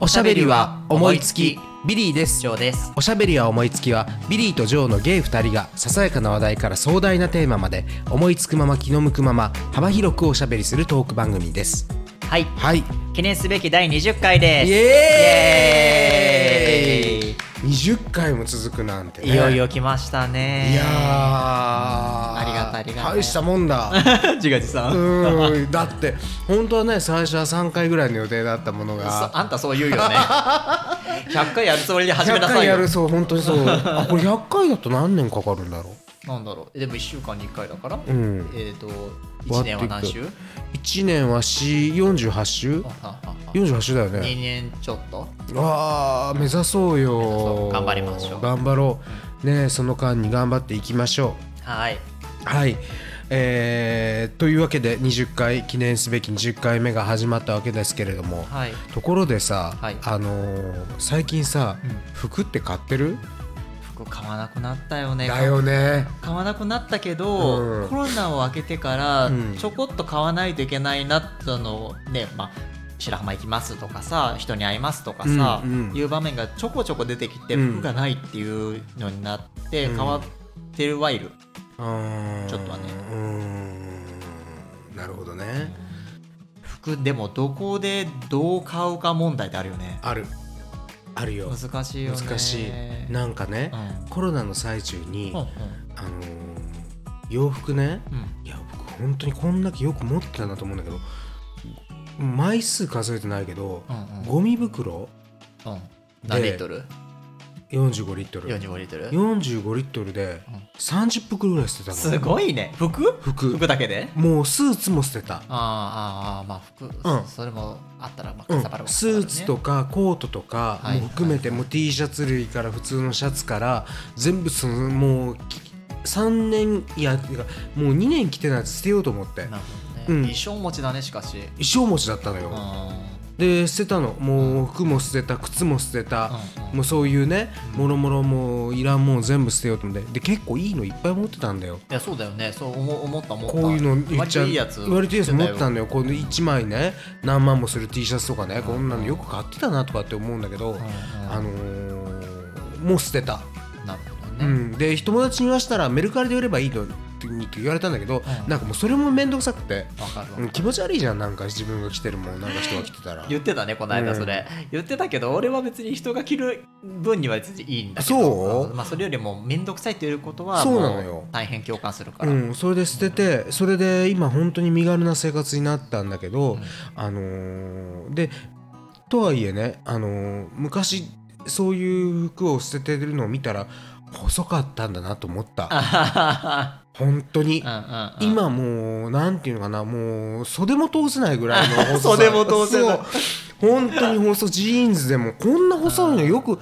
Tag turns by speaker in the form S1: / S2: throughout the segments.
S1: おしゃべりは思いつきビリーです
S2: 以上です
S1: おしゃべりは思いつきはビリーとジョーのゲイ2人がささやかな話題から壮大なテーマまで思いつくまま気の向くまま幅広くおしゃべりするトーク番組です
S2: はい
S1: はい
S2: 記念すべき第20回です
S1: イエーイ
S2: イエ
S1: 20回も続くなんて
S2: ー
S1: ね
S2: イいよいよ来ましたね
S1: いやー
S2: ありがたいありがたい
S1: 大したもんだ
S2: 自画自
S1: う
S2: 賛
S1: ーんだって本当はね最初は3回ぐらいの予定だったもの
S2: そ
S1: が
S2: あんたそう言うよ ね100回やるつもりで始め
S1: 100
S2: なさ
S1: 回
S2: い
S1: や
S2: よ
S1: るそう本当にそう あこれ100回だと何年かかるんだろ
S2: なんだろうでも1週間に1回だから、
S1: ううん
S2: えっ、と1年は何週
S1: 1年はし48週48週だよね
S2: 2年ちょっと
S1: あー目指そう
S2: 目指そ
S1: よ
S2: う頑張りましょう
S1: 頑張ろうねえその間に頑張っていきましょ
S2: はい、
S1: うはいえーというわけで20回記念すべき20回目が始まったわけですけれども
S2: はい、
S1: ところでさ、
S2: はい
S1: あのー最近さ、
S2: うん
S1: 服って買ってる
S2: 服買わなくなったよね
S1: だよね
S2: 買わなくなったけど、
S1: うん
S2: コロナを明けてから
S1: うん
S2: ちょこっと買わないといけないなってのねまあ白浜行きますとかさ人に会いますとかさ、
S1: うんうん
S2: いう場面がちょこちょこ出てきて
S1: うん
S2: 服がないっていうのになって
S1: うん
S2: 変わってるワイル、
S1: うーん
S2: ちょっとはね
S1: うーんなるほどね
S2: 服でもどこでどう買うか問題ってあるよね
S1: あるあるよ
S2: 難しいよね
S1: 難しいなんかね
S2: うん、
S1: コロナの最中に、
S2: うんうん
S1: あのー洋服ね
S2: うん
S1: いや僕本当にこんだけよく持ってたなと思うんだけど枚数数えてないけど、
S2: うん
S1: ゴミ袋
S2: うん何リットル
S1: 45リットル
S2: ?45 リットル
S1: 45リットルで
S2: うん
S1: 30袋ぐらい捨てたの
S2: すごいね服
S1: 服
S2: 服だけで
S1: もうスーツも捨てた、
S2: あーあーあーまあ服、
S1: ん
S2: それもあったらまあ
S1: う
S2: か
S1: ん
S2: さばるわ
S1: スーツとかコートとか
S2: はい
S1: も含めて
S2: はい
S1: もう T シャツ類から普通のシャツから全部そのもう3年いやてかもう2年着てないやつ捨てようと思って
S2: なるほどね、
S1: うん
S2: 衣装持ちだねしかし
S1: 衣装持ちだったの
S2: う
S1: よ、
S2: んうん
S1: で捨てたのもう服も捨てた靴も捨てた、
S2: うん
S1: もうそういうね
S2: うん
S1: もろもろもういらんもん全部捨てようと思ってで結構いいのいっぱい持ってたんだよ
S2: いやそうだよねそう思思った思った
S1: こういうの言っ
S2: 割
S1: ちゃ
S2: と
S1: う
S2: いいやつ
S1: 割といいやつ持ってたん
S2: だ
S1: だよこの1枚ね何万もする T シャツとかねこんなのよく買ってたなとかって思うんだけど、あのーもう捨てた、
S2: なるほど
S1: う
S2: ね、
S1: ん、で友達に言わしたらメルカリで売ればいいのにって言われたんだけど、
S2: うん
S1: なんかもうそれも面倒くさくて、
S2: わかるわ、
S1: うん気持ち悪いじゃんなんか自分が着てるもんなんか人が着てたら
S2: 言ってたねこの間それ、言ってたけど俺は別に人が着る分には別にいいんだけど
S1: そう
S2: まあ、それよりも面倒くさいということは
S1: そうなのよ
S2: もう大変共感するから、
S1: う
S2: うん
S1: ん、それで捨ててそれで今本当に身軽な生活になったんだけど、あのーでとはいえね、あのー昔そういう服を捨ててるのを見たら細かったんだなと思った
S2: あはは は
S1: 本当に、
S2: はうんうんうん
S1: 今もうなんていうのかなもう袖も通せないぐらいの細さ
S2: 袖も通せない
S1: そう本当に細いジーンズでもこんな細いのよく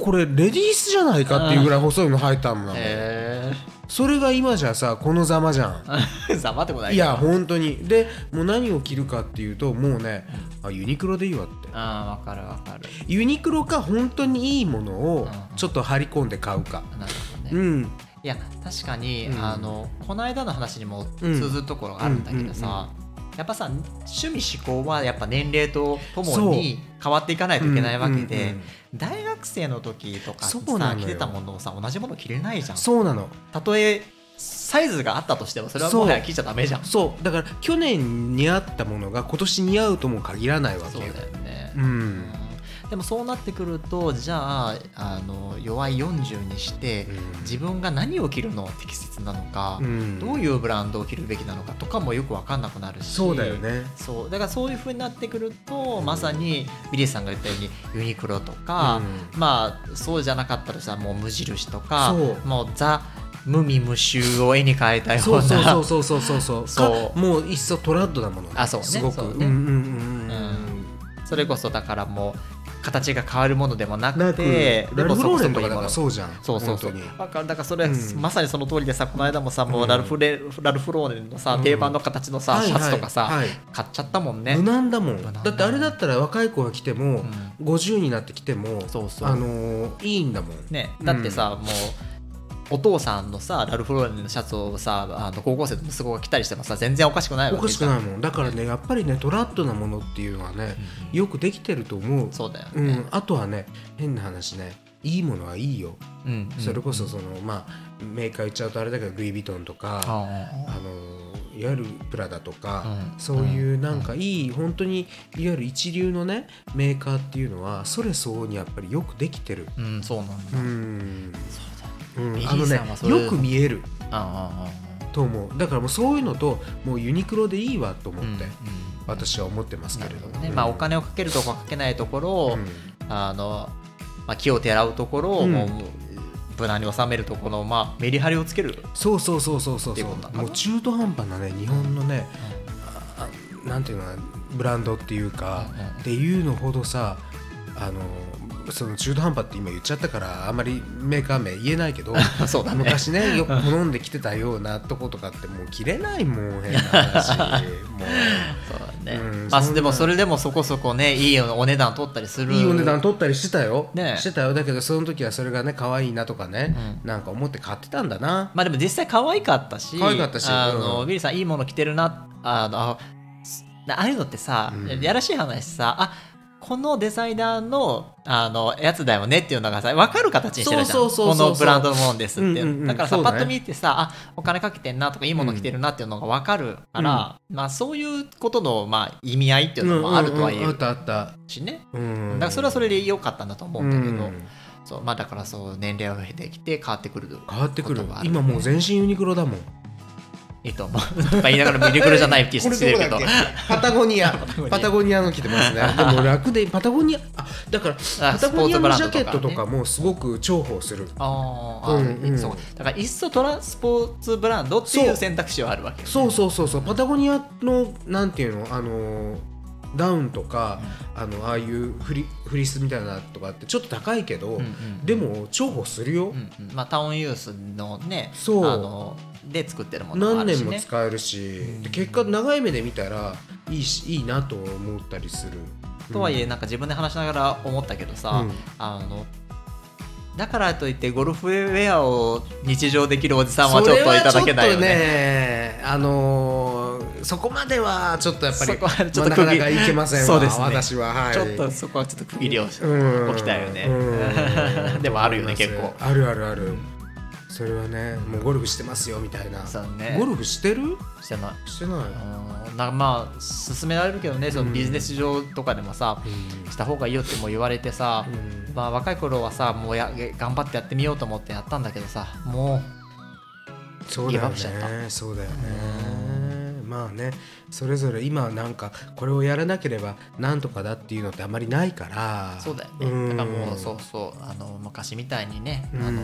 S1: これレディースじゃないかっていうぐらい細いの履いたもんなの
S2: へ
S1: それが今じゃさこのざまじゃん
S2: え ざまってことない
S1: い
S2: よ
S1: や本当にでもう何を着るかっていうともうねあユニクロでいいわって
S2: ああわかるわかる
S1: ユニクロか本当にいいものを
S2: うん
S1: ちょっと張り込んで買うか
S2: なるほどね、
S1: う
S2: い
S1: ん
S2: や確かに、
S1: うん
S2: あのこの間の話にも通ずるところがあるんだけどさ、やっぱさ趣味思考はやっぱ年齢とともに変わっていかないといけないわけで、
S1: うんうんうん
S2: 大学生の時とかさ
S1: そうなのよ
S2: 着てたものをさ同じもの着れないじゃん
S1: そうなの
S2: たとえサイズがあったとしてもそれはもはや着ちゃダメじゃんそ
S1: そうだから去年似合ったものが今年似合うとも限らないわ
S2: う
S1: けよ
S2: だよね、
S1: う
S2: うん
S1: ん
S2: でもそうなってくるとじゃああの弱い40にして、
S1: うん
S2: 自分が何を着るのが適切なのか、
S1: うん
S2: どういうブランドを着るべきなのかとかもよく分かんなくなるし
S1: そうだよね
S2: そうだからそういうふうになってくるとまさにビリーさんが言ったようにユニクロとか、まあそうじゃなかったらさもう無印とか
S1: そう
S2: もうザ無味無臭を絵に描いたよう
S1: そう
S2: な
S1: そうそうそうそうそうそう
S2: そう
S1: かもういっそトラッドだもの
S2: あそうね
S1: すごく
S2: そうね
S1: うんうんうんう
S2: うん
S1: ん
S2: それこそだからもう形が変わるものでもな
S1: な
S2: く
S1: く
S2: てで
S1: ラル
S2: も
S1: フ
S2: そ
S1: ロー
S2: こ
S1: レ
S2: そ
S1: ン
S2: こ
S1: と
S2: いい
S1: かだか
S2: もの
S1: らそうじゃん
S2: そうそうそ
S1: 本当
S2: う
S1: に
S2: わかるだからそれ、
S1: うん
S2: まさにその通りでさこの間もさもうラルフレ、ラルフローレンのさ、
S1: うん
S2: 定番の形のさ、
S1: はい
S2: シ
S1: は
S2: ャ
S1: い
S2: ツとかさ、
S1: はい
S2: 買っちゃったもんね
S1: 無難だもん
S2: 無難だね
S1: だってあれだったら若い子が来ても、50になって来ても
S2: そうそう
S1: あのーいいんだもん
S2: ねだってさ、もうお父さんのさラルフローレンのシャツをさあの高校生の息子が着たりしてもさ全然おかしくない
S1: お
S2: わ
S1: か
S2: け
S1: しく
S2: じゃん
S1: ないもんだからねやっぱりねトラッドなものっていうのはねよくできてると思う
S2: そうだよ
S1: う
S2: ね
S1: ん、あとはね変な話ねいいものはいいよ、
S2: うんうん
S1: それこそそのまあメーカー言っちゃうとあれだけどルイ・ヴィトンとかあの
S2: あ
S1: いわゆるプラダとか、
S2: うん
S1: そういうなんかいい、本当にいわゆる一流のねメーカーっていうのはそれ相応にやっぱりよくできてる。
S2: ーうんそうなん
S1: う
S2: だ
S1: ん
S2: そうだよ
S1: うん
S2: ビリ
S1: あの
S2: ー
S1: ね
S2: さんはそれ
S1: よく見える
S2: ああ
S1: と思うだからもうそういうのともうユニクロでいいわと思
S2: うん
S1: って、私は思ってますけ
S2: な
S1: れ
S2: る
S1: ど
S2: ほ
S1: も
S2: どねまあお金をかけるところかけないところを、
S1: うん
S2: あの、まあ、木をてらうところを
S1: うん
S2: もう無難に収めるところの、まあ、メリハリをつける、
S1: そうそうそうそうそう
S2: って
S1: そ
S2: いうこと
S1: う
S2: なのかな
S1: もう中途半端なね日本のねあなんていうのかなブランドっていうか、
S2: うんうん
S1: っていうのほどさあのその中途半端って今言っちゃったからあんまりメーカー名言えないけ ど
S2: そうだね
S1: 昔ねよく好んできてたようなとことかってもう着れないもん変な話も
S2: そうだね、
S1: うん
S2: まあ、
S1: そんな
S2: でもそれでもそこそこねいいお値段取ったりす
S1: う
S2: る
S1: いいお値段取ったりしてたよ、
S2: ねえ
S1: してたよだけどその時はそれがね可愛いなとかね、なんか思って買ってたんだな
S2: まあでも実際可愛かったし
S1: 可愛かったし
S2: あ
S1: う
S2: の
S1: ん
S2: ビリーさんいいもの着てるなあのあすああいうのってさ、
S1: うん
S2: やらしい話さあこのデザイナーのあのやつだよねっていうのがさ分かる形にしてるじゃん
S1: そうそうそうそうそう
S2: このブランドのものですって、
S1: うんうんうん
S2: だからさ、
S1: そう
S2: パ
S1: だね
S2: ッと見てさあお金かけてんなとかいいもの着てるなっていうのが分かるから、まあそういうことの、まあ、意味合いっていうのもあるとは
S1: うんう
S2: 言
S1: んうんあ
S2: え
S1: ったあった、
S2: るしね、
S1: うん、
S2: だからそれはそれで良かったんだと思うんだけど、
S1: うん
S2: そうまあ、だからそう年齢を経てきて変わってくる
S1: 変わってくる
S2: ことがある
S1: 今もう全身ユニクロだもん
S2: いいと思う。とか言いながらミルクルじゃない気してるけど。
S1: これどこだっけパタゴ ニアパタゴニアの着てますねでも楽でパタゴニアあだからパタゴニアのジャケットとかもすごく重宝する
S2: あーあ
S1: うんうん
S2: そうだからいっそトラスポーツブランドってい
S1: そう
S2: う選択肢はあるわけよね
S1: そうそうそうそうパタゴニアのなんていうのあのダウンとか、あのああいうフリフリスみたいなのとかってちょっと高いけど、
S2: うんうん
S1: でも重宝するよ、
S2: うんうんまあ、タウンユースのね
S1: そう
S2: あので作ってるものもあ
S1: 何
S2: るし、
S1: 年
S2: ね、
S1: も使えるし、
S2: うん
S1: で結果長い目で見たらいいしいいなと思ったりする
S2: とはいえ
S1: うん
S2: なんか自分で話しながら思ったけどさ、
S1: うん
S2: あのだからといってゴルフウェアを日常できるおじさんは
S1: そ
S2: ちょっ
S1: れ
S2: と
S1: はい
S2: ただけないよね。
S1: ちょっとねあのーそこまではちょっとやっぱり
S2: そこはちょっと
S1: まあなかなか
S2: 区切
S1: いけませんわ
S2: そうですね
S1: 私は、はい、
S2: ちょっとそこはちょっと区切りをし
S1: うん
S2: 起きたよね
S1: うん
S2: でもあるよね結構
S1: あるあるあるそれはねもうゴルフしてますよみたいな、
S2: そうね
S1: ゴルフしてる
S2: してない。
S1: してない、
S2: うんなまあ勧められるけどねそのビジネス上とかでもさ、した方がいいよっても言われてさ、
S1: うん
S2: まあ、若い頃はさもうや頑張ってやってみようと思ってやったんだけどさも
S1: そうだ
S2: ギブア
S1: よ
S2: ップしちゃっ
S1: ねそうだよねまあねそれぞれ今なんかこれをやらなければなんとかだっていうのってあまりないから
S2: うそうだよね、
S1: ん
S2: だからもうそうそうあの昔みたいにね、
S1: うん
S2: あの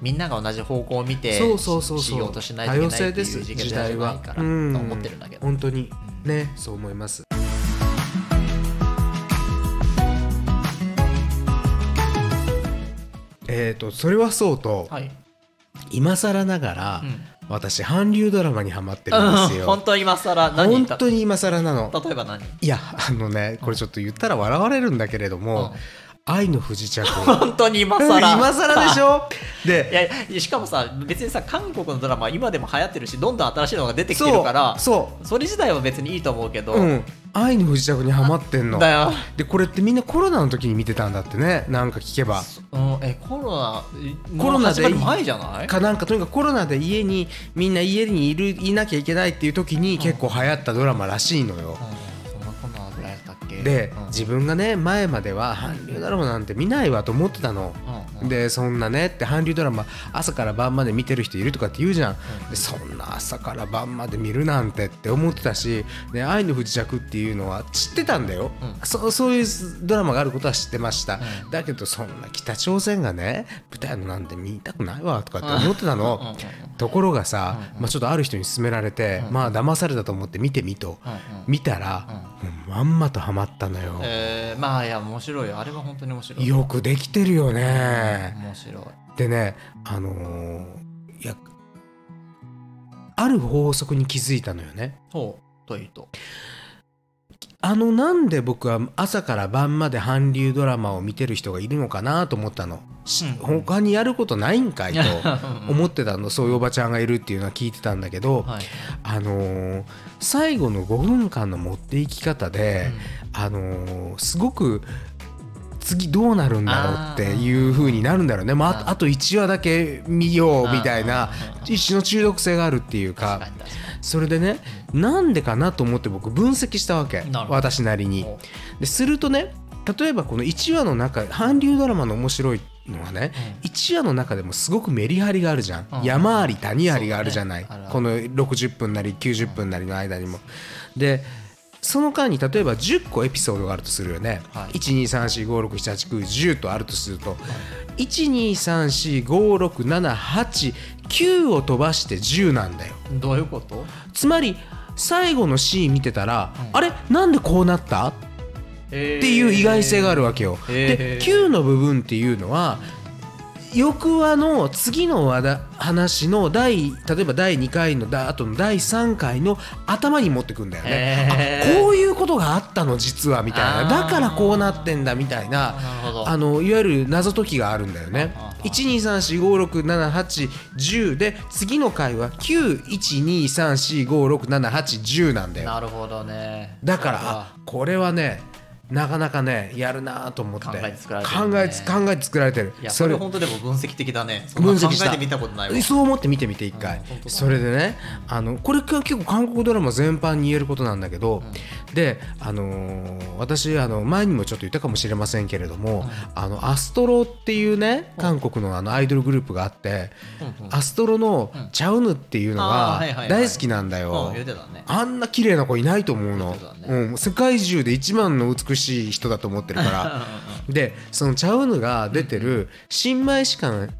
S2: みんなが同じ方向を見て
S1: そうそうそうそう
S2: ししようとしないといけないっていう時代じゃないからと
S1: うん
S2: 思ってるんだけど、
S1: 本当に
S2: うん
S1: ねそう思いますえー、とそれはそうと、
S2: はい、
S1: 今更ながら、
S2: うん
S1: 私韓流ドラマにハマってるんです
S2: うん、
S1: よ、
S2: 本当今更何言
S1: 本
S2: った
S1: 当に今更なの
S2: 例えば何
S1: いやあのねこれちょっと言ったら笑われるんだけれども
S2: うん
S1: 「愛の不時 着」
S2: 本当に今
S1: 今
S2: 更
S1: 更でしょ
S2: い
S1: で
S2: やいやしかもさ別にさ韓国のドラマは今でも流行ってるしどんどん新しいのが出てきて
S1: そ
S2: る
S1: う
S2: からそ
S1: そ
S2: れ自体は別にいいと思うけど、
S1: ううん「愛の不時着」にハマってんの
S2: だよ、
S1: でこれってみんなコロナの時に見てたんだってねなんか聞けば
S2: うん、えコロナ
S1: コロナで
S2: もう始まる前じゃない
S1: かなんかとにかくコロナで家にみんな家にいるいなきゃいけないっていう時に結構流行ったドラマらしいのよ
S2: うん、そんなコロナぐらいだったっけ
S1: で
S2: うん
S1: 自分がね前までは韓流ドラマなんて見ないわと思ってたの
S2: うんうん
S1: でそんなねって韓流ドラマ朝から晩まで見てる人いるとかって言うじゃん、でそんな朝から晩まで見るなんてって思ってたし「ね、愛の不時着」っていうのは知ってたんだよ、
S2: う
S1: そそういうドラマがあることは知ってました、
S2: うん
S1: だけどそんな北朝鮮がね舞台のなんて見たくないわとかって思ってたの、
S2: うんうんうん
S1: ところがさ、
S2: うんうん
S1: まあ、ちょっとある人に勧められて、まあ騙されたと思って見てみと、
S2: うんうん
S1: 見たら、もうまんまとハマったのよ、
S2: えーまあいや面白いよあれは本当に面白い
S1: よくできてるよね、
S2: 面白い
S1: でねあのーいやある法則に気づいたのよね
S2: ほうというと
S1: あのなんで僕は朝から晩まで韓流ドラマを見てる人がいるのかなと思ったの、し他にやることないんかいと思ってたのそういうおばちゃんがいるっていうのは聞いてたんだけど、
S2: はい
S1: あのー最後の5分間の持っていき方で、あのーすごく次どうなるんだろうっていう風になるんだろうねまあ、あ
S2: あ
S1: と
S2: ー
S1: あと1話だけ見ようみたい
S2: あ
S1: な
S2: ーあー
S1: 一種の中毒性があるっていう
S2: 確
S1: か
S2: かに確か
S1: それでねなんでかなと思って僕分析したわけ
S2: なるほど
S1: 私なり
S2: に
S1: に。
S2: こ
S1: でするとね例えばこの1話の中韓流ドラマの面白いのはね
S2: う
S1: 1話の中でもすごくメリハリがあるじゃん、
S2: うん
S1: 山あり谷ありがあるじゃない、
S2: そうだねあるある
S1: この60分なり90分なりの間にも。でその間に例えば10個エピソードがあるとするよね、
S2: はい
S1: 12345678910とあるとすると、123456789を飛ばして10なんだよ。
S2: うどういうこと
S1: つまり最後のシーン見てたら、
S2: うん
S1: あれなんでこうなった
S2: って
S1: っていう意外性があるわ
S2: け
S1: けよ。
S2: へ
S1: で
S2: ー
S1: 9の部分っていうのは翌話の次の話だ話の第例えば第2回のだ後の第3回の頭に持ってくんだよね。
S2: へー
S1: あこういうことがあったの実はみたい
S2: あ
S1: な
S2: ー
S1: だからこうなってんだみたいな
S2: なるほど
S1: あのいわゆる謎解きがあるんだよね
S2: あああ。
S1: 12345678910で次の回は91234567810なんだよ。
S2: なるほどね
S1: だから
S2: そう
S1: あこれはねなかなかねやるなと思って
S2: 考えて作られて
S1: 考
S2: るね
S1: えつ考えて作られてる
S2: いやそれ本当でも分析的だねそんな
S1: 分析した
S2: 考えてみたことないわ
S1: そう思って見てみて一回、
S2: うん本当だ
S1: それでねあのこれが結構韓国ドラマ全般に言えることなんだけど、で、あのー私あの前にもちょっと言ったかもしれませんけれども、あのアストロっていうね韓国のあのアイドルグループがあって、
S2: うんうん
S1: アストロのチャウヌっていうのが
S2: あーはいはいはい
S1: 大好きなんだよ。
S2: うん言ってたね
S1: あんな綺麗な子いないと思うの
S2: そうだね
S1: うん、世界中で一番の美しい人だと思ってるから でそのチャウヌが出てる新米士官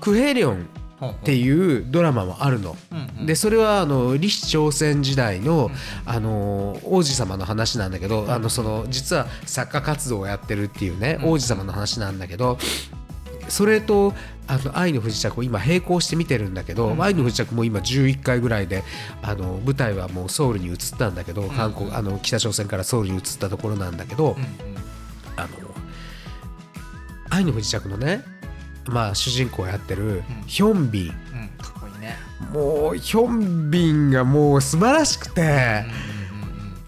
S1: クヘリョンっ
S2: ってい
S1: いうドラマもあるの。
S2: うん
S1: でそれはあの李氏朝鮮時代の、あの王子様の話なんだけど、あのその実は作家活動をやってるっていうね、
S2: うん
S1: 王子様の話なんだけどそれとあの愛の不時着を今並行して見てるんだけど、
S2: うん
S1: 愛の不時着も今11回ぐらいであの舞台はもうソウルに移ったんだけど、韓国あの北朝鮮からソウルに移ったところなんだけど、
S2: うんうん
S1: あの愛の不時着のね、まあ、主人公をやってるヒョンビン。
S2: うんかっこいいね
S1: もうヒョンビンがもう素晴らしくて
S2: うんうんうんうん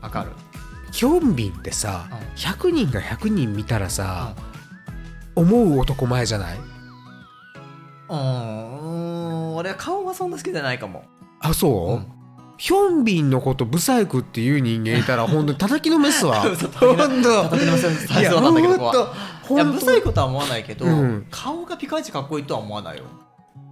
S2: わかる
S1: ヒョンビンってさ
S2: うん
S1: 100人が100人見たらさ思う男前じゃない
S2: うん俺は顔はそんな好きじゃないかも
S1: あそう、
S2: うん
S1: ヒョンビンのことブサイクっていう人間いた ら本当に叩きのめすわ
S2: 嘘叩きの
S1: 本当
S2: 叩きのめす
S1: いや
S2: そうなんだけどここ
S1: 本
S2: は
S1: 当
S2: いや
S1: 本
S2: ブサイ
S1: 当
S2: クとは思わないけど、
S1: うん
S2: 顔がピカイチかっこいいとは思わないよ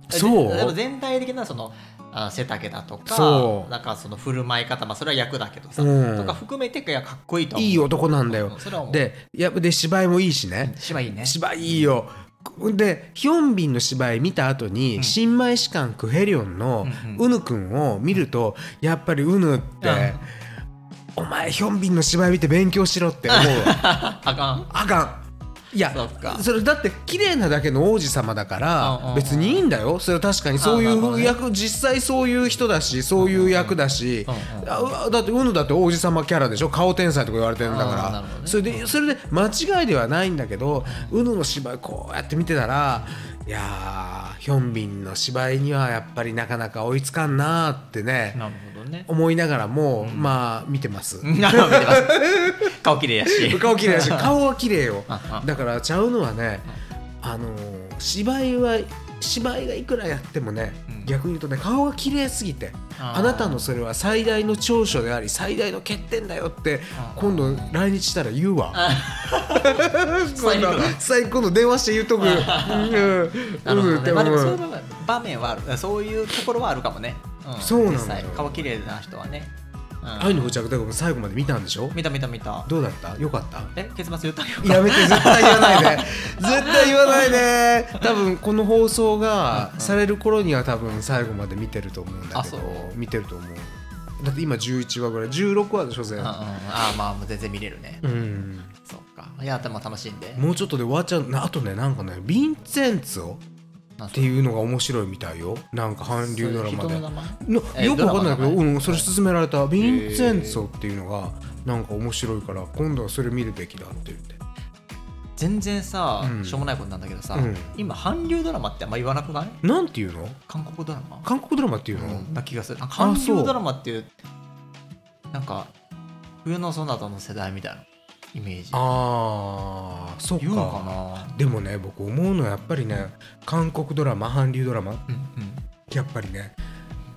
S1: そう
S2: ででも全体的なそのあ背丈だと
S1: そ
S2: か
S1: う
S2: なんかその振る舞い方、まあ、それは役だけどさ、
S1: うん
S2: とか含めていやかっこいいとは思う
S1: いい男なんだよ
S2: うんそれは思う
S1: でいやで芝居もいいしね
S2: 芝居いいね
S1: 芝居いいよでヒョンビンの芝居見た後に、
S2: うん
S1: 新米士官クヘリョンの
S2: うんうん
S1: ウヌ君を見ると、やっぱりウヌって、お前ヒョンビンの芝居見て勉強しろって思うわ
S2: ああかん
S1: あかんいや
S2: そっか
S1: それだって綺麗なだけの王子様だか
S2: うんうんう
S1: ら
S2: ん
S1: 別にいいんだよそれは確かにそうい
S2: あなるほど
S1: う
S2: ね
S1: 役、実際そういう人だしそういう役だし、
S2: うんうん
S1: あうわだってウヌだって王子様キャラでしょ顔天才とか言われてるんだ
S2: あー
S1: か
S2: なるほ
S1: ら、
S2: どね
S1: それでそれで間違いではないんだけど、うぬの芝居こうやって見てたらいやーヒョンビンの芝居にはやっぱりなかなか追いつかんなーってね
S2: なるほど ね
S1: 思いながらも、まあ見てます。
S2: 見てます 顔綺麗や し
S1: 顔綺麗だし顔は綺麗よ
S2: ああ
S1: だからちゃうのはねあのー芝居は芝居がいくらやってもね、
S2: うん
S1: 逆に言うとね顔が綺麗すぎて
S2: あ
S1: あ
S2: ー
S1: なたのそれは最大の長所であり最大の欠点だよって
S2: あー
S1: 今度来日したら言うわ今
S2: 伝えに
S1: 度
S2: 行くの
S1: 最後の電話して言う とくうんう
S2: なるほど
S1: んっ
S2: ね
S1: て
S2: まあでもそう
S1: 思
S2: いうう場面はあるそういうところはあるかもね、ん
S1: そうなのよ
S2: 実際顔綺麗な人はね、うん
S1: 愛の不着だから最後まで見たんでしょ
S2: 見た見た見た
S1: どうだったよかった
S2: え結末言ったよ
S1: やめて絶対言わないで絶対言わないで多分この放送がされる頃には多分最後まで見てると思うんだけど
S2: あそう
S1: 見てると思うだって今11話ぐらい16話でしょ全
S2: うんうんうんああまあもう全然見れるね、
S1: うん
S2: そっかいやでも楽しんで
S1: もうちょっとで終わっちゃうなあとねなんかねヴィンツェンツォ
S2: なん
S1: っ
S2: す
S1: て
S2: か
S1: いうのが面白いみたいよなんか韓流ドラマ
S2: そういう
S1: で
S2: 人の名前
S1: の
S2: えー
S1: よくわかんないけど、
S2: ドラマの名前
S1: うん、それ勧められたヴィンツェンツォっていうのがなんか面白いから今度はそれ見るべきだって言って
S2: 全然さ、
S1: うん
S2: しょうもないことなんだけどさ、
S1: うん
S2: 今韓流ドラマってあんま言わなくない
S1: なんていうの
S2: 韓国ドラマ
S1: 韓国ドラマっていうの、
S2: うんな気がするなんか
S1: あ
S2: 韓
S1: そう
S2: 流ドラマっていうなんか冬のそなたの世代みたいなイメージ
S1: ああそう
S2: 言うのか
S1: か
S2: な
S1: でもね僕思うのはやっぱりね韓国ドラマ韓流ドラマ
S2: うん
S1: やっぱりね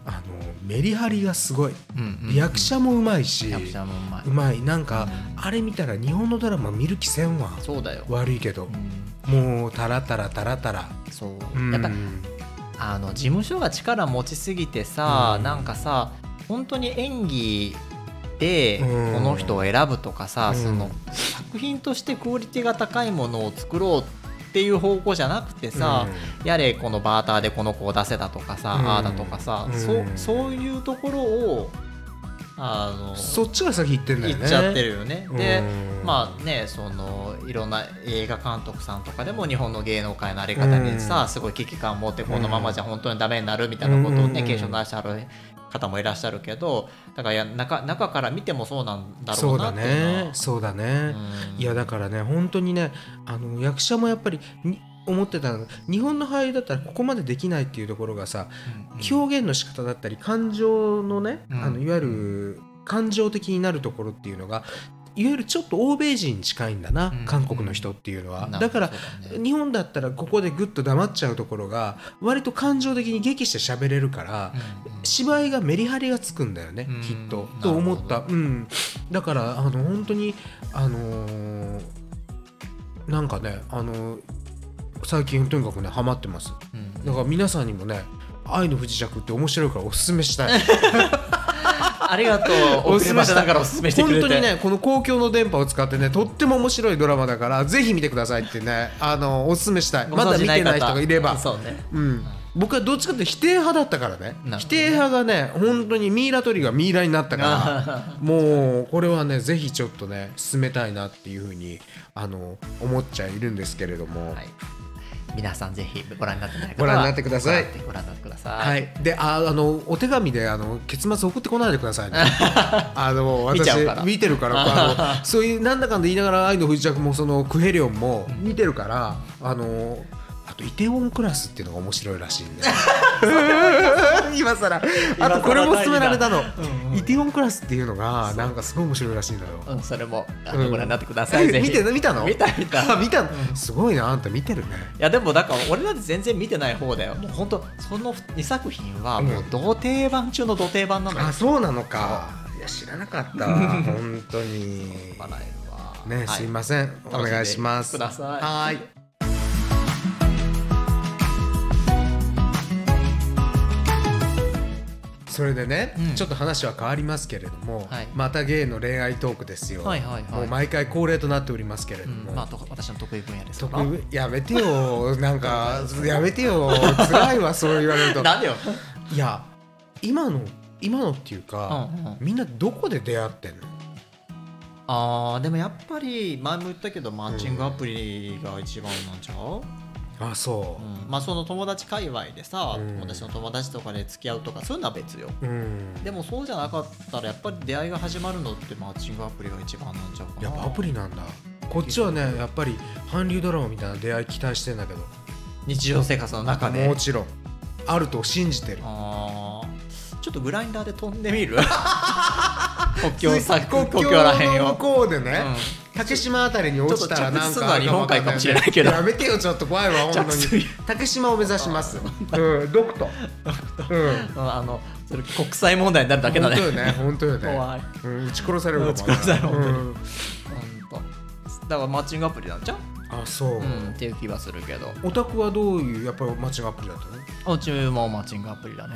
S1: あのメリハリがすごい
S2: うんうんうん
S1: 役者もうまいし、
S2: 役者もうまいう
S1: まいなんかあれ見たら日本のドラマ見る気せんわ
S2: そうだよ、
S1: 悪いけど
S2: うん
S1: もうタラタラタラタラ
S2: そう
S1: うん
S2: やっぱあの事務所が力持ちすぎてさ、
S1: うん
S2: なんかさ本当に演技でこ
S1: うん
S2: の人を選ぶとか
S1: う
S2: さ、
S1: ん
S2: その作品としてクオリティが高いものを作ろうっていう方向じゃなくてさ、やれこのバーターでこの子を出せだとかさ、
S1: うん
S2: ああだとかさ、
S1: うん
S2: そうそういうところをあの
S1: うんそっちが先行ってんだよ
S2: 言
S1: ね
S2: っちゃってるよね。で
S1: うん
S2: まあねそのいろんな映画監督さんとかでも日本の芸能界のあり方にさ、
S1: うん
S2: すごい危機感を持ってこのままじゃ本当にダメになるみたいなことをね、
S1: うん
S2: 警鐘を出してある方もいらっしゃるけどだからや中中から見てもそうなんだろ
S1: そううだ
S2: なっていうのは
S1: ねそうだね、
S2: うん
S1: いやだからね本当にねあの役者もやっぱりに思ってたのが日本の俳優だったらここまでできないっていうところがさ、
S2: うん
S1: 表現の仕方だったり感情のね、
S2: うん
S1: あのいわゆる感情的になるところっていうのがいわゆるちょっと欧米人に近いんだな、
S2: うん
S1: 韓国の人っていうのは、
S2: なん
S1: だから
S2: そうだね
S1: 日本だったらここでぐっと黙っちゃうところが割と感情的に激して喋れるから、
S2: うんうん
S1: 芝居がメリハリがつくんだよね、
S2: うん
S1: きっと
S2: なるほど
S1: と思った、うん、だからあの本当にあのーなんかねあのー最近とにかくねハマってます
S2: うん
S1: だから皆さんにもね「愛の不時着」って面白いからおすすめした い
S2: ありがとう。おすすめしだからおすすめしてく
S1: 本
S2: れて。
S1: 当にねこの公共の電波を使ってねとっても面白いドラマだからぜひ見てくださいってねあのおすすめしたい
S2: ご
S1: まだ
S2: 存
S1: 見
S2: 知
S1: て
S2: 方
S1: ない人がいれば
S2: そうね。
S1: うん、僕はどっちかっていうと否定派だったからね
S2: なるほどね
S1: 否定派がね本当にミイラ取りがミイラになったから もうこれはねぜひちょっとね進めたいなっていうふうにあの思っちゃいるんですけれども
S2: はい。皆さんぜひご覧になってない方は
S1: ご覧になってください
S2: ご覧になってください。
S1: はい、でああのお手紙であの結末送ってこないでくださ いねあの
S2: 見ち
S1: 私
S2: ゃう
S1: 見
S2: から
S1: てるからあ のそういうなんだかんだ言いながら「愛の不時着」もそのクヘリオンも見てるからあのあとイテウォンクラスっていうのが面白いらしいんで 今更あとこれも勧められたの、イテウォンクラスっていうのがなんかすごい面白いらしいのよ、
S2: うん、それもあ
S1: う
S2: の
S1: ん
S2: ご覧になってください。ぜ ひ
S1: 見て見たの
S2: 見た見 た。
S1: あ見たの、すごいなあんた見てるね
S2: いやでもだから俺なんて全然見てない方だよ。もう本当その2作品はもうど定番中のど定番なのよ
S1: あ。そうなのかいや知らなか った本当に
S2: 笑えるわ
S1: ね、
S2: はい
S1: すいません、お願いします。
S2: 楽しんでください
S1: はーい。それでね、
S2: うん
S1: ちょっと話は変わりますけれども、
S2: はい
S1: またゲイの恋愛トークですよ。
S2: はいはいはい
S1: もう毎回恒例となっておりますけれども。
S2: うんまあと私の得意分野ですか
S1: 特
S2: ら。
S1: やめて よ、なんか、やめてよ、辛いわ、そう言われると。
S2: なんでよ。
S1: いや、今の、今のっていうか、
S2: うんうん
S1: みんなどこで出会ってんの。
S2: あーでもやっぱり前も言ったけどマッチングアプリが一番なんちゃう、。
S1: あ、そう
S2: んまあその友達界隈でさ、
S1: うん
S2: 友達の友達とかで付き合うとかそういうのは別よ
S1: うん。
S2: でもそうじゃなかったらやっぱり出会いが始まるのってマッチングアプリが一番なんちゃうかな
S1: やっぱアプリなんだこっちはねやっぱり韓流ドラマみたいな出会い期待してんだけど
S2: 日常生活の中で
S1: もちろんあると信じてる
S2: あーちょっとグラインダーで飛んで みる国境さ
S1: 国
S2: 国
S1: 境
S2: 境らへん
S1: の向
S2: よ、
S1: こうで
S2: う
S1: ね、
S2: ん、
S1: 竹島あたりに落ちたらなん
S2: ちょっと着地する
S1: か
S2: のは日本海かもしれないけど
S1: やめてよちょっと怖いわ本
S2: 着
S1: 当に
S2: 水
S1: 竹島を目指しますうんドクトうん
S2: うんあのそれ国際問題になるだけ
S1: 本
S2: だ
S1: 当
S2: ね
S1: よね本当よね
S2: 怖い
S1: うん撃ち殺されるかも
S2: 撃ち殺される本当に
S1: うん
S2: 本当だからマッチングアプリなんじゃん、
S1: あそう
S2: うん、っていう気はするけど
S1: オタクはどういうやっぱりマッチングアプリだったの
S2: おうちもマッチングアプリだね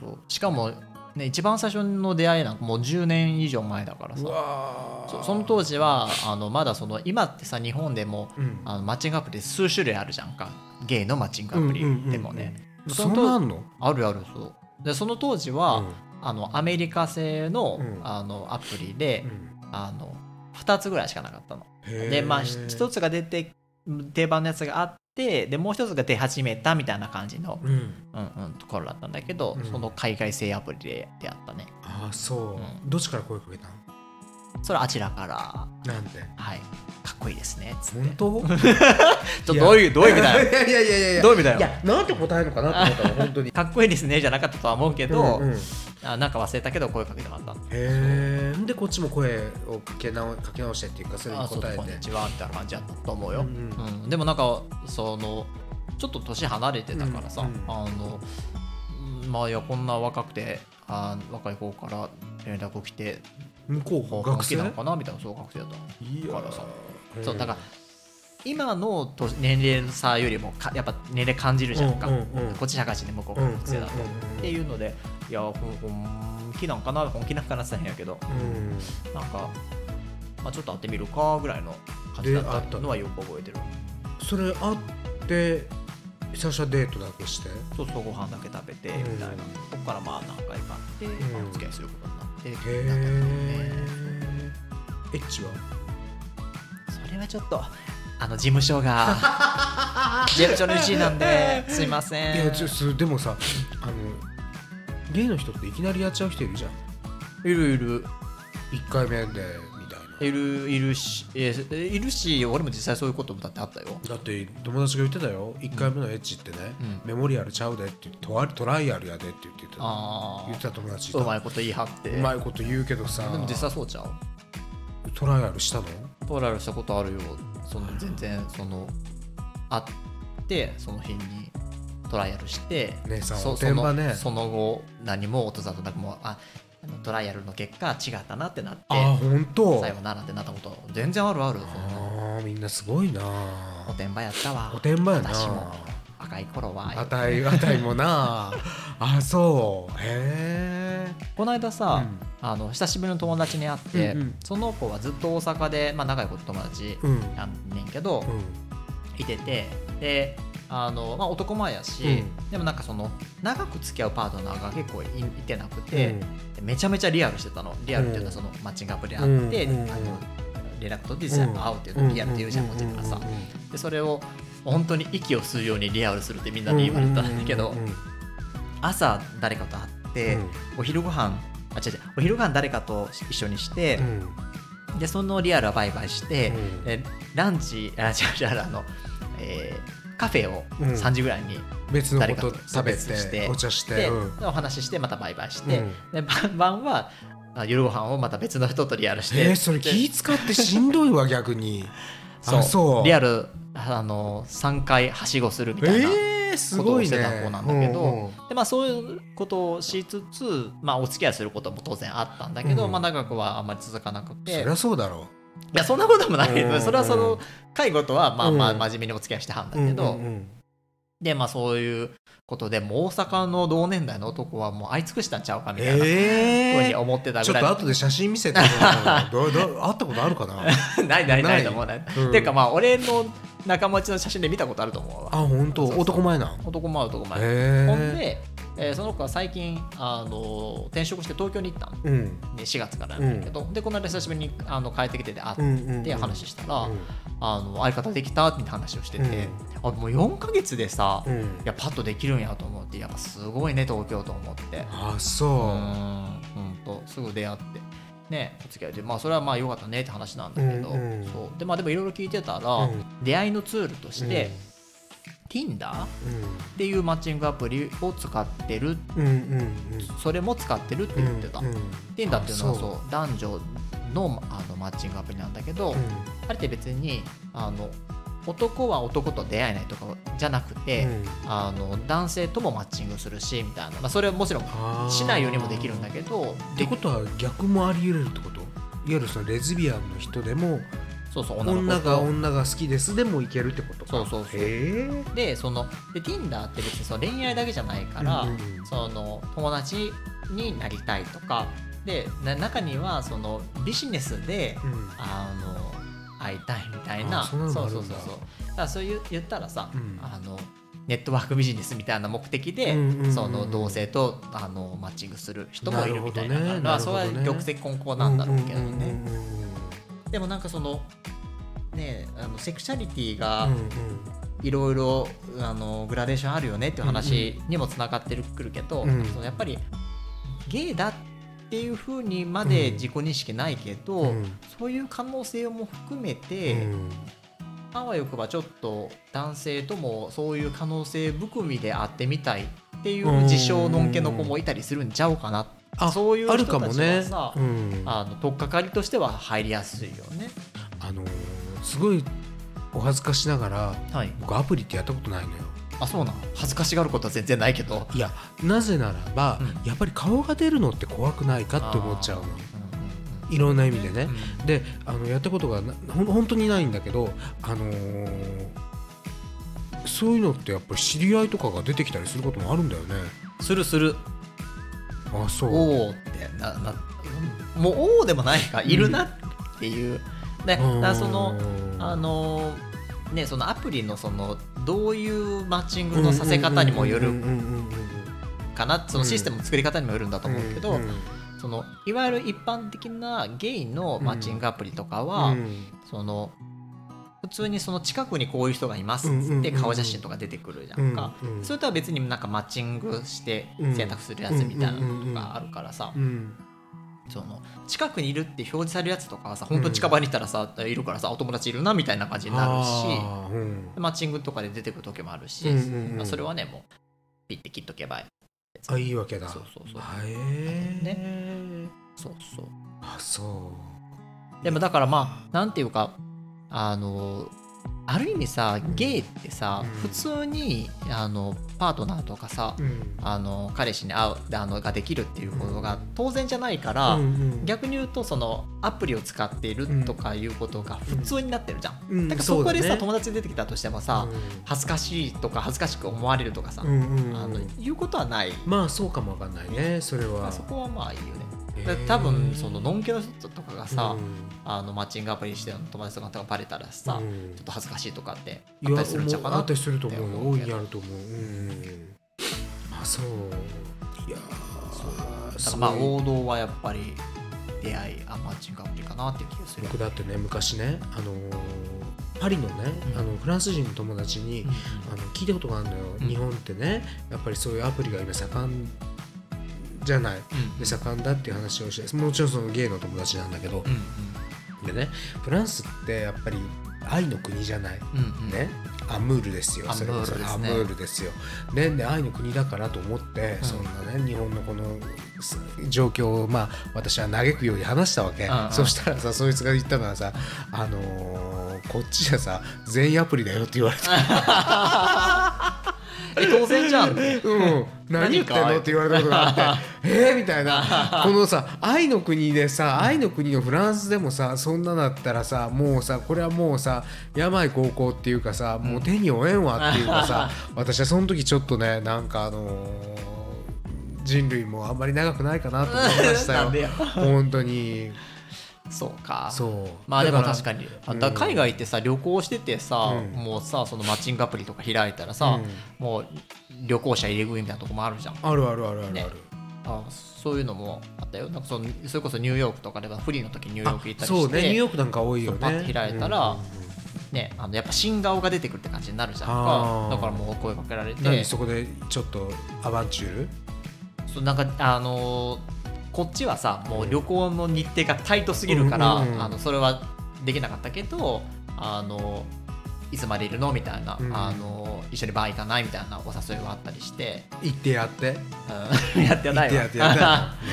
S2: そうそうしかもね一番最初の出会いなんかもう10年以上前だから
S1: う
S2: さ
S1: わ
S2: そその当時はあのまだその今ってさ日本でも
S1: うん
S2: あのマッチングアプリ数種類あるじゃんかゲイのマッチングアプリでもね
S1: 時
S2: そ
S1: そん
S2: の当
S1: なあんの
S2: あるあるそうでその当時は、
S1: うん
S2: あのアメリカ製の,、
S1: うん
S2: あのアプリで、
S1: うん
S2: あの2つぐらいしかなかったの
S1: へー
S2: でまあ1つが出て定番のやつがあってでもう1つが出始めたみたいな感じの、
S1: うん
S2: うんうん、ところだったんだけど、
S1: うん
S2: その海外製アプリで出会ったね
S1: ああそう、
S2: う
S1: どっちから声かけたの
S2: それあちらから
S1: なんて
S2: はいかっこいいですねつって
S1: 本当
S2: ちょっとどういうどういう意味だよ
S1: いやいやいやいやいや
S2: どういう意味だよ
S1: いやなんて答えるのかなと思った の本当に
S2: かっこいいですねじゃなかったとは思うけど、
S1: うんうんへ
S2: あなんか忘れたけど声かけてもらった
S1: えでこっちも声をかけ直かけ直してっていうかそれに
S2: あそう
S1: 答え
S2: こんに
S1: て
S2: ちはみたいな感じだったと思うよ、
S1: う
S2: うんんでもなんかそのちょっと年離れてたからさ、
S1: うんうん
S2: あのうんまあいやこんな若くてあ若い子から連絡来て
S1: 向こう
S2: 学
S1: 学
S2: 生
S1: 生
S2: なのかなみたいなそう学生だった、
S1: いや
S2: からさ
S1: ー
S2: そうだから今の年年齢の差よりもかやっぱ年齢感じるじゃんか、
S1: うんうんうん
S2: こっち社会人で向こ
S1: う
S2: うが
S1: んうん
S2: 学生だと、っていうのでいやほん本気なんかな本気なんかなって言ったら変やけど
S1: うん
S2: なんか、まあ、ちょっと会ってみるかぐらいの感じだったのはよく覚えてる
S1: それ会って最初はデートだけして
S2: そうそうご飯だけ食べてみた
S1: う
S2: いな、
S1: ん
S2: ここからまあ何回か会って、
S1: うん
S2: お付き合いすることになって
S1: へえエッチは
S2: それはちょっとあの事務所が事務所の1位なん ですいませ
S1: い
S2: ん
S1: やちょすでもさあのゲイの人っていきなりやっちゃう人いるじゃん
S2: いるいる
S1: 1回目でみたい
S2: いるいるしえーいるし俺も実際そういうこともだってあったよ
S1: なだって友達が言ってたよ1回目のエッチってね、
S2: うん
S1: メモリアルちゃうでって言ってトワトライアルやでって言ってた
S2: あ
S1: 言ってた友達い
S2: あ
S1: た
S2: うまいこと言い張って
S1: うまいこと言うけどさ
S2: でも実際そうちゃう
S1: トライアルしたの
S2: トライアルしたことあるよその全然その会ってその日にトライアルして
S1: 姉さん
S2: そ
S1: おてんばね
S2: そのその後何も落とさずなくもうああのトライアルの結果違ったなってなって
S1: あほんと
S2: 最後ならってなったこと全然あるあるその
S1: あーみんなすごいな
S2: おてんばやったわ
S1: おてんばやな
S2: 私も赤い頃は
S1: あたいあたいも なあそうへえ
S2: この間さ、あの久しぶりの友達に会って、
S1: うんうん
S2: その子はずっと大阪で、まあ、仲良い子と友達
S1: うんうん
S2: なんねんけど、いててであの、まあ、男前やし、
S1: うん
S2: でもなんかその長く付き合うパートナーが結構いいてなく
S1: う
S2: て、
S1: ん
S2: めちゃめちゃリアルしてたのリアルっていうのはそのマッチングアプリで会って、
S1: うんうん
S2: あの連絡取って実際会うっていうのをリアルって言うじゃんこっちからさ
S1: うんうんうん
S2: でそれを本当に息を吸うようにリアルするってみんなに言われたんだけど、
S1: うんうんうん
S2: 朝誰かと会って、
S1: うん
S2: お昼ご飯あ違う違うお昼ご飯誰かと一緒にして、でそのリアルはバイバイして、
S1: うん
S2: でランチあ違う違うあの、えーカフェを
S1: うん
S2: 3時ぐらいに
S1: 別の
S2: 誰
S1: こ
S2: かと
S1: と食べ
S2: 別々して
S1: てお茶して
S2: で、
S1: うん
S2: お話ししてまたバイバイして、
S1: うん
S2: で晩晩はあ夜ご飯をまた別の人とリアルして、
S1: えーそれ気使ってしんどいわ逆に
S2: そう
S1: あそう
S2: リアルあの3回はしごするみたいな。
S1: えーすごい
S2: ことをして
S1: ね
S2: た子なんだけど
S1: うんうん
S2: でまあ、そういうことをしつつ、まあ、お付き合いすることも当然あったんだけど、
S1: うん
S2: まあ、長くはあんまり続かなくて
S1: そりゃそうだろ
S2: いやそんなこともないけ
S1: うんう
S2: ど
S1: ん
S2: それはその介護とはまあま
S1: う
S2: あ
S1: ん
S2: 真面目にお付き合いしてはんだ
S1: ううん
S2: けど、
S1: うんうん
S2: でまあそういうことでもう大阪の同年代の男はもう会い尽くしたんちゃうかみたいなふう
S1: え
S2: に
S1: え
S2: 思ってた
S1: ち
S2: ぐ
S1: ょっ
S2: らい
S1: と
S2: の、
S1: 後で写真見せてどうどう会ったことあるかな
S2: ないない
S1: な
S2: ないいと思うない、
S1: うん
S2: っていうかまあ俺の仲間内の写真で見たことあると思う
S1: あ
S2: わ
S1: 本当
S2: そうそう
S1: 男前なん
S2: 男前男前、
S1: へえ
S2: ほんで、えーその子は最近あの転職して東京に行ったの、
S1: うん
S2: ね、4月からなんだけど、でこの間久しぶりにあの帰ってきてて会
S1: うんうんうん
S2: って話したら、
S1: うん
S2: あの相方できたって話をしてて、あもう4ヶ月でさ、
S1: うん
S2: いやパッとできるんやと思ってやっぱすごいね東京と思って
S1: あ
S2: うん
S1: そ
S2: ほんとすぐ出会ってねお付き合いでまあそれはまあ良かったねって話なんだけど、
S1: うんうん
S2: そうでまあでもいろいろ聞いてたら、
S1: うん
S2: 出会いのツールと
S1: う
S2: して、Tinder っていうマッチングアプリを使ってる
S1: うんうんうんうん
S2: それも使ってるって言ってた、
S1: うんうん
S2: Tinder っていうのは
S1: あ
S2: そう男女のあのマッチングアプリなんだけど、あれって別にあの男は男と出会えないとかじゃなくて、
S1: うん
S2: あの男性ともマッチングするしみたいな、まあ、それはもちろん
S1: あー
S2: しないようにもできるんだけど
S1: って
S2: で
S1: ことは逆もあり得るってこといわゆるそのレズビアンの人でも
S2: そうそう女の子
S1: 女が
S2: と
S1: 女が好きですでもいけるってことか
S2: そうそうそう
S1: へえ
S2: でそので Tinder って別にその恋愛だけじゃないから、
S1: うんうんうん
S2: その友達になりたいとかでな中にはそのビジネスで
S1: うん
S2: あの会いたいみたいな
S1: あそんなの
S2: そ
S1: もあ
S2: うそ
S1: る
S2: うんそ
S1: だ
S2: うそうだからそういう言ったらさ、
S1: うん
S2: あのネットワークビジネスみたいな目的で、
S1: うんうんうんうん
S2: その同性とあのマッチングする人もいるみたいな
S1: なるほどね
S2: まあそれ
S1: な
S2: は
S1: るほどね
S2: 玉石混交なんだろうけどね、
S1: うんうんうんうん
S2: でもなんかそのねあのセクシャリティが
S1: うんうん
S2: いろいろあのグラデーションあるよねっていう話にもつながってるくるけど、
S1: うん
S2: そのやっぱりゲイだっていうふうにまで自己認識ないけど、
S1: うん
S2: そういう可能性も含めて、
S1: うん
S2: あわよくばちょっと男性ともそういう可能性含みで会ってみたいっていう自称のんけの子もいたりするんちゃうかな
S1: あ
S2: そういう
S1: あ
S2: 人
S1: るか
S2: た
S1: も
S2: ち
S1: ね
S2: はさ、
S1: うん、あ
S2: あの取っかかりとしては入りやすいよね。
S1: のーすごいお恥ずかしながら
S2: はい、
S1: 僕アプリってやったことないのよ
S2: あそうなん恥ずかしがることは全然ないけど。
S1: いやなぜならば、
S2: うん
S1: やっぱり顔が出るのって怖くないかって思っちゃうの
S2: う
S1: いろんな意味で
S2: ん
S1: ね
S2: うん、
S1: であのやったことがなほん本当にないんだけどあのーそういうのってやっぱり知り合いとかが出てきたりすることもあるんだよね
S2: うんするする
S1: あそう
S2: おおってななもうおおでもないかいるなっていう。ね、だからそのあのーねそのアプリのそのどういうマッチングのさせ方にもよるかなそのシステムの作り方にもよるんだと
S1: と
S2: 思うけど、そのいわゆる一般的なゲイのマッチングアプリとかは、その普通にその近くにこういう人がいますっつって
S1: うんうんうん
S2: 顔写真とか出てくるじゃんか、
S1: うんうん
S2: それとは別になんかマッチングして選択するやつみたいなのとかあるからさ、その近くにいるって表示されるやつとかはさ本当近場にいたらさ、いるからさお友達いるなみたいな感じになるし。マッチングとかで出てくる時もあるし、
S1: うんうんうん
S2: まあ、それはねもうピッて切っとけばいい
S1: あいいわけだ
S2: そうそうそう
S1: へえ
S2: そうそう
S1: あそう
S2: でもだからまあなんていうかあのある意味さゲイってさ、
S1: うん
S2: 普通にあのパートナーとかさ、
S1: うん
S2: あの彼氏に会うあのができるっていうことが当然じゃないから、
S1: うんうん
S2: 逆に言うとそのアプリを使っているとかいうことが普通になってるじゃん。
S1: うん
S2: だからそこ
S1: そ
S2: で
S1: う
S2: さ、
S1: だね
S2: 友達出てきたとしてもさ、
S1: う
S2: 恥ずかしいとか恥ずかしく思われるとかさ、
S1: んうんうん
S2: あの言うことはない
S1: まあそうかもわかんないねそれは
S2: そこはまあいいよね
S1: へー
S2: だ多分そののんけの人とかがさ、
S1: うん
S2: あのマッチングアプリしてる友達とかがバレたらさ、
S1: うん
S2: ちょっと恥ずかしいとかって
S1: い
S2: あ
S1: や
S2: ったりするんちゃうか
S1: もう
S2: な
S1: あったりすると思
S2: って
S1: うよ
S2: 思う
S1: 大
S2: け
S1: い
S2: ど
S1: にあると思ううんあそういやー
S2: だか
S1: す
S2: ら
S1: ごい
S2: まあ王道はやっぱり出会いあマッチングアプリかなっていう気がする
S1: 僕だってね昔ねあのーパリのね、
S2: うん
S1: あのフランス人の友達に、
S2: うんうん
S1: あの聞いたことがあるのよ、
S2: うん
S1: 日本ってねやっぱりそういうアプリが今盛んじゃない
S2: うん
S1: で盛んだっていう話をしてもちろんそのゲイの友達なんだけど
S2: う、ん
S1: でねフランスってやっぱり愛の国じゃない
S2: うんうんうん
S1: ね、アムールですよ
S2: アムール
S1: それこそ
S2: です
S1: アム
S2: ね
S1: ールですよ。ねで愛の国だからと思って、
S2: うん
S1: そんなね日本のこのす状況を、まあ、私は嘆くように話したわけ、
S2: うんうん
S1: そしたらさそいつが言ったのはさ「あのーこっちじゃさ全員アプリだよ」って言われて
S2: え当然じゃんね
S1: 「うん何言ってんの?」って言われたことがあ って「えー?」みたいなこのさ愛の国でさ愛の国のフランスでもさそんなだったらさもうさこれはもうさ病高校っていうかさもう手に負えんわっていうか さ私はその時ちょっとねなんかあのー人類もあんまり長くないかなと思いました
S2: なんで
S1: よ。
S2: よ
S1: 本当に
S2: そうか
S1: そう
S2: まあでも確
S1: に
S2: かにあだから海外ってさ旅行しててさ、
S1: うん
S2: もうさそのマッチングアプリとか開いたらさ、
S1: う
S2: もう旅行者入れ食いみたいなとこもあるじゃん
S1: あるあるあるあるある、
S2: ねあそういうのもあったよなんかそのそれこそニューヨークとかではフリーの時にニューヨーク行ったり
S1: そ
S2: し
S1: うねニュー
S2: て
S1: ヨークなんか多いよね
S2: パッて開いたら
S1: うんうんうん
S2: ね、あのやっぱ新顔が出てくるって感じになるじゃん
S1: あ
S2: か
S1: ー
S2: だからもう声かけられ
S1: 何
S2: て
S1: そこでちょっとアバンチュール
S2: そうなんかあのーこっちはさもう旅行の日程がタイトすぎるから、
S1: うんうんうん
S2: あのそれはできなかったけどあのいつまでいるのみたいな、
S1: うん
S2: あの一緒にバー行かないみたいなお誘いはあったりして、
S1: 行ってやって
S2: うん やって
S1: 行
S2: な
S1: っ
S2: い
S1: て
S2: わ
S1: やってやん なよ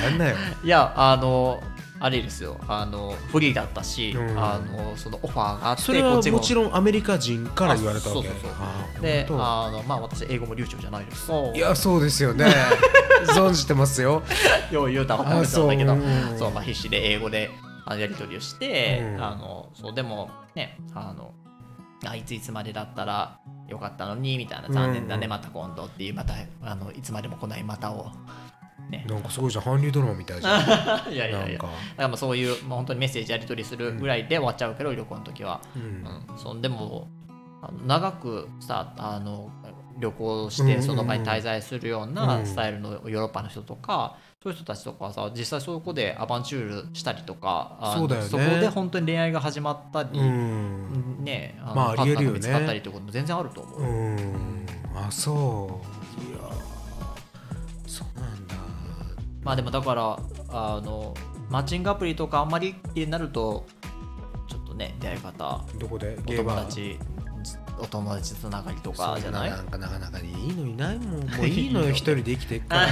S1: やんなよ
S2: いやあのあれですよあのフリーだったし、
S1: うん
S2: あのそのオファーがあって
S1: それはも
S2: こっも
S1: ちろんアメリカ人から言われたわけ
S2: あそうそうそう
S1: あー
S2: で
S1: 本当
S2: あのまあ私英語も流暢じゃないです
S1: いやそうです よね存じてますよ
S2: よう言うたわかったんだけど
S1: あそううん
S2: そう、まあ、必死で英語であのやり取りをして、
S1: うん
S2: あのそうでもねあのあいついつまでだったらよかったのにみたいな残念だね、
S1: うん
S2: また今度っていうまたあのいつまでも来ないまたを
S1: なんかすごいじゃん韓流ドラマみたいじゃんない
S2: やいやい
S1: ん
S2: やだか
S1: から
S2: まあそういう、まあ、本当にメッセージやり取りするぐらいで終わっちゃうけど、旅行の時は、
S1: う
S2: うんん、そんでもあの長くさあの旅行してその場に滞在するよう
S1: う
S2: なんスタイルのヨーロッパの人とか、そういう人たちとかはさ実際そこでアバンチュールしたりとかあの
S1: そうだよね
S2: そこで本当に恋愛が始まったり、
S1: うん
S2: ねあの
S1: まあ
S2: パー
S1: あ
S2: トナーが
S1: りえるよね
S2: 見つかったりということも全然あると思う、
S1: うんあそういやーそうなんだ
S2: まあでもだからあのマッチングアプリとかあんまりになるとちょっとね出会い方
S1: どこで
S2: お
S1: ゲー
S2: 友
S1: バー
S2: 達お友達つながりとかじゃない
S1: そんなんかなかなかにいいのいない もんもういいの
S2: いい
S1: よ
S2: の
S1: 一人で生きていくから
S2: あ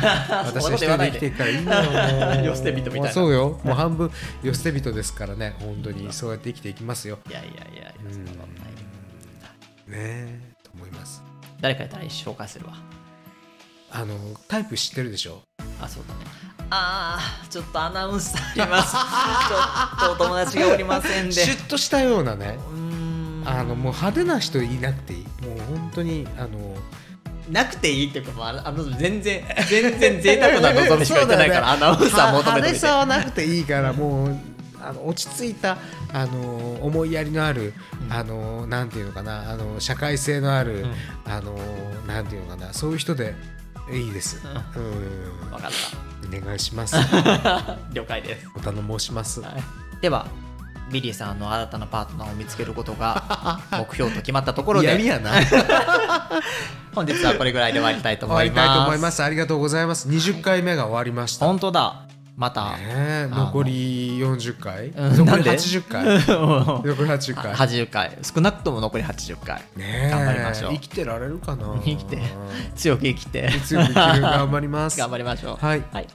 S2: ー
S1: 私
S2: そ
S1: は
S2: んなこと
S1: 一
S2: 言
S1: 人
S2: わない
S1: で
S2: で
S1: 生きていくからいいのよもう
S2: 世捨て人みたいな
S1: もうそうよもう半分世捨て人ですからね本当にそうやって生きていきますよ
S2: いやいやいやいや
S1: うん
S2: そん
S1: ね
S2: なことないよ
S1: えと思います
S2: 誰かやったら紹介するわ
S1: あのタイプ知ってるでしょ
S2: あそうだねあーちょっとアナウンスありますちょっとお友達がおりませんで
S1: シュッとしたようなね
S2: うーん
S1: あのもう派手な人いなくていいもう本当にあの
S2: なくていいっていうかもうあのあの全然全然贅沢な望みしか言ってな いから、アナウンサー求
S1: 派手
S2: めてみて
S1: さはなくていいからもうあの落ち着いたあの思いやりのある、
S2: うん
S1: あのなんていうのかなあの社会性のある、
S2: うん
S1: あのなんていうのかなそういう人でいいです。うん
S2: 分かっ
S1: お願いし ます。
S2: た了解です
S1: お頼申します。
S2: ではビリーさんの新たなパートナーを見つけること が目標と決まったところ
S1: やり
S2: で
S1: やな。終
S2: 本日はこれぐらいで終わりたいと思
S1: わ
S2: い
S1: りたいと
S2: ま
S1: 思い
S2: す
S1: ます。ありがとうございます。20回目が終わりました。
S2: 本当だま
S1: ね
S2: た、
S1: え残り40回、
S2: うん
S1: 残
S2: なん
S1: り
S2: で
S1: 80回、
S2: は
S1: 残り80回。
S2: 80回少なくとも残り80回
S1: ねえ
S2: 頑張りましょう
S1: 生きてられるかな。
S2: 生きて強く生きて
S1: 強く生きる頑張ります。
S2: 頑張りましょう
S1: はい
S2: はい、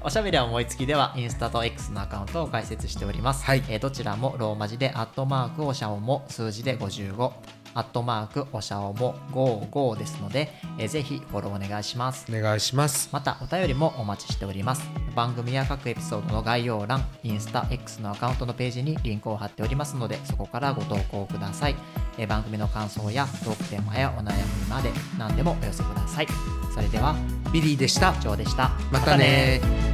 S2: おしゃべりは思いつきではインスタと X のアカウントを開設しております、
S1: はい
S2: えーどちらもローマ字で「アットマークおしゃおも」数字で55「アットマークおしゃおも55」ですので、えーぜひフォローお願いします
S1: お願いします。
S2: またお便りもお待ちしております番組や各エピソードの概要欄インスタ X のアカウントのページにリンクを貼っておりますのでそこからご投稿くださいえー番組の感想やトークテーマやお悩みまで何でもお寄せくださいそれでは
S1: ビリーでした。
S2: 以上でした
S1: またね
S2: またね